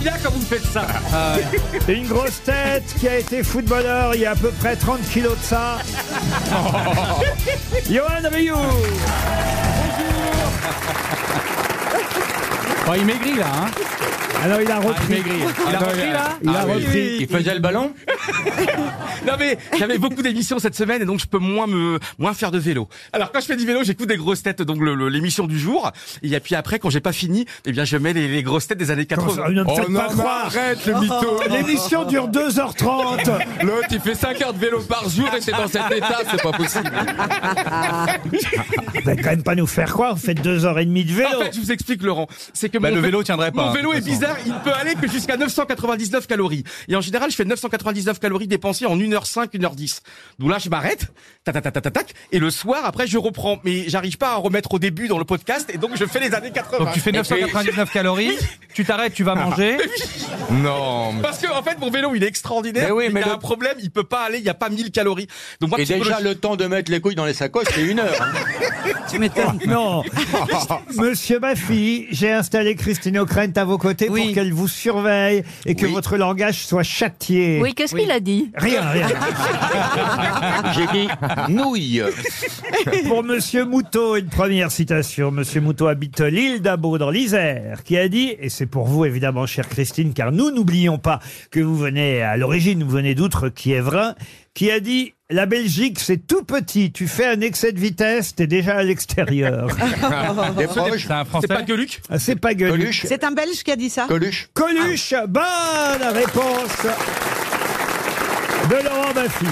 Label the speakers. Speaker 1: bien quand vous me faites ça.
Speaker 2: Une grosse tête qui a été footballeur il y a à peu près 30 kilos de ça. Johan Rioux Oh,
Speaker 3: Bon, il maigrit là, hein
Speaker 2: Alors il a
Speaker 3: Ah, Il
Speaker 2: repris.
Speaker 3: maigrit. Il a repris là
Speaker 2: Il a
Speaker 1: oui,
Speaker 2: repris.
Speaker 1: oui.
Speaker 4: Il faisait le ballon
Speaker 1: Non mais j'avais beaucoup d'émissions cette semaine et donc je peux moins me moins faire de vélo. Alors quand je fais du vélo, j'écoute des grosses têtes donc le- le- l'émission du jour et puis après quand j'ai pas fini, eh bien je mets les, les grosses têtes des années
Speaker 2: Comment
Speaker 1: 80.
Speaker 2: ça, ne me faites pas croire.
Speaker 4: arrête le mytho
Speaker 2: L'émission dure 2h30.
Speaker 4: L'autre, il fait 5 heures de vélo par jour et c'est dans cet état, c'est pas possible.
Speaker 2: Vous allez quand même pas nous faire croire, vous faites 2h30 de vélo.
Speaker 1: En fait, je vous explique, Laurent. C'est que
Speaker 4: Bah,
Speaker 1: mon
Speaker 4: le
Speaker 1: vé-
Speaker 4: vélo tiendrait pas,
Speaker 1: Mon
Speaker 4: hein,
Speaker 1: vélo
Speaker 4: de
Speaker 1: est
Speaker 4: toute
Speaker 1: bizarre. Il peut aller que jusqu'à 999 calories. Et en général, je fais 999 calories dépensées en 1h05, 1h10. Donc là, je m'arrête. ta ta ta ta ta tac. Et le soir, après, je reprends. Mais j'arrive pas à remettre au début dans le podcast. Et donc, je fais les années 80.
Speaker 3: Donc tu fais 999 calories, tu t'arrêtes, tu vas manger.
Speaker 4: Non. mais-
Speaker 1: Parce que, en fait, mon vélo, il est extraordinaire.
Speaker 4: Mais oui, mais
Speaker 1: il y a
Speaker 4: le-
Speaker 1: un problème. Il peut pas aller. Il y a pas 1000 calories. Donc moi,
Speaker 4: Et
Speaker 1: psychologiquement-
Speaker 4: déjà, le temps de mettre les couilles dans les sacoches, c'est une heure. hein.
Speaker 5: Tu m'étonnes.
Speaker 2: Non. Monsieur Baffy, j'ai installé Christine O'Krent à vos côtés
Speaker 5: Oui.
Speaker 2: pour qu'elle vous surveille et que
Speaker 4: Oui.
Speaker 2: votre langage soit châtié.
Speaker 6: Oui, qu'est-ce qu'il a dit
Speaker 2: Rien, rien.
Speaker 4: J'ai dit nouilles.
Speaker 2: Pour Monsieur Moutot, une première citation. Monsieur Moutot habite l'île d'Abo dans l'Isère, qui a dit, et c'est pour vous évidemment, chère Christine, car nous n'oublions pas que vous venez à l'origine, vous venez d'outre-Kiévrin, qui a dit La Belgique, c'est tout petit, tu fais un excès de vitesse, t'es déjà à l'extérieur.
Speaker 4: Des proches
Speaker 3: C'est
Speaker 1: C'est pas
Speaker 3: un français.
Speaker 1: Gueuluc.
Speaker 2: Ah, c'est pas gueulu.
Speaker 4: Coluche
Speaker 5: C'est un Belge qui a dit ça
Speaker 4: Coluche
Speaker 2: Coluche, bonne réponse de Laurent Baffy.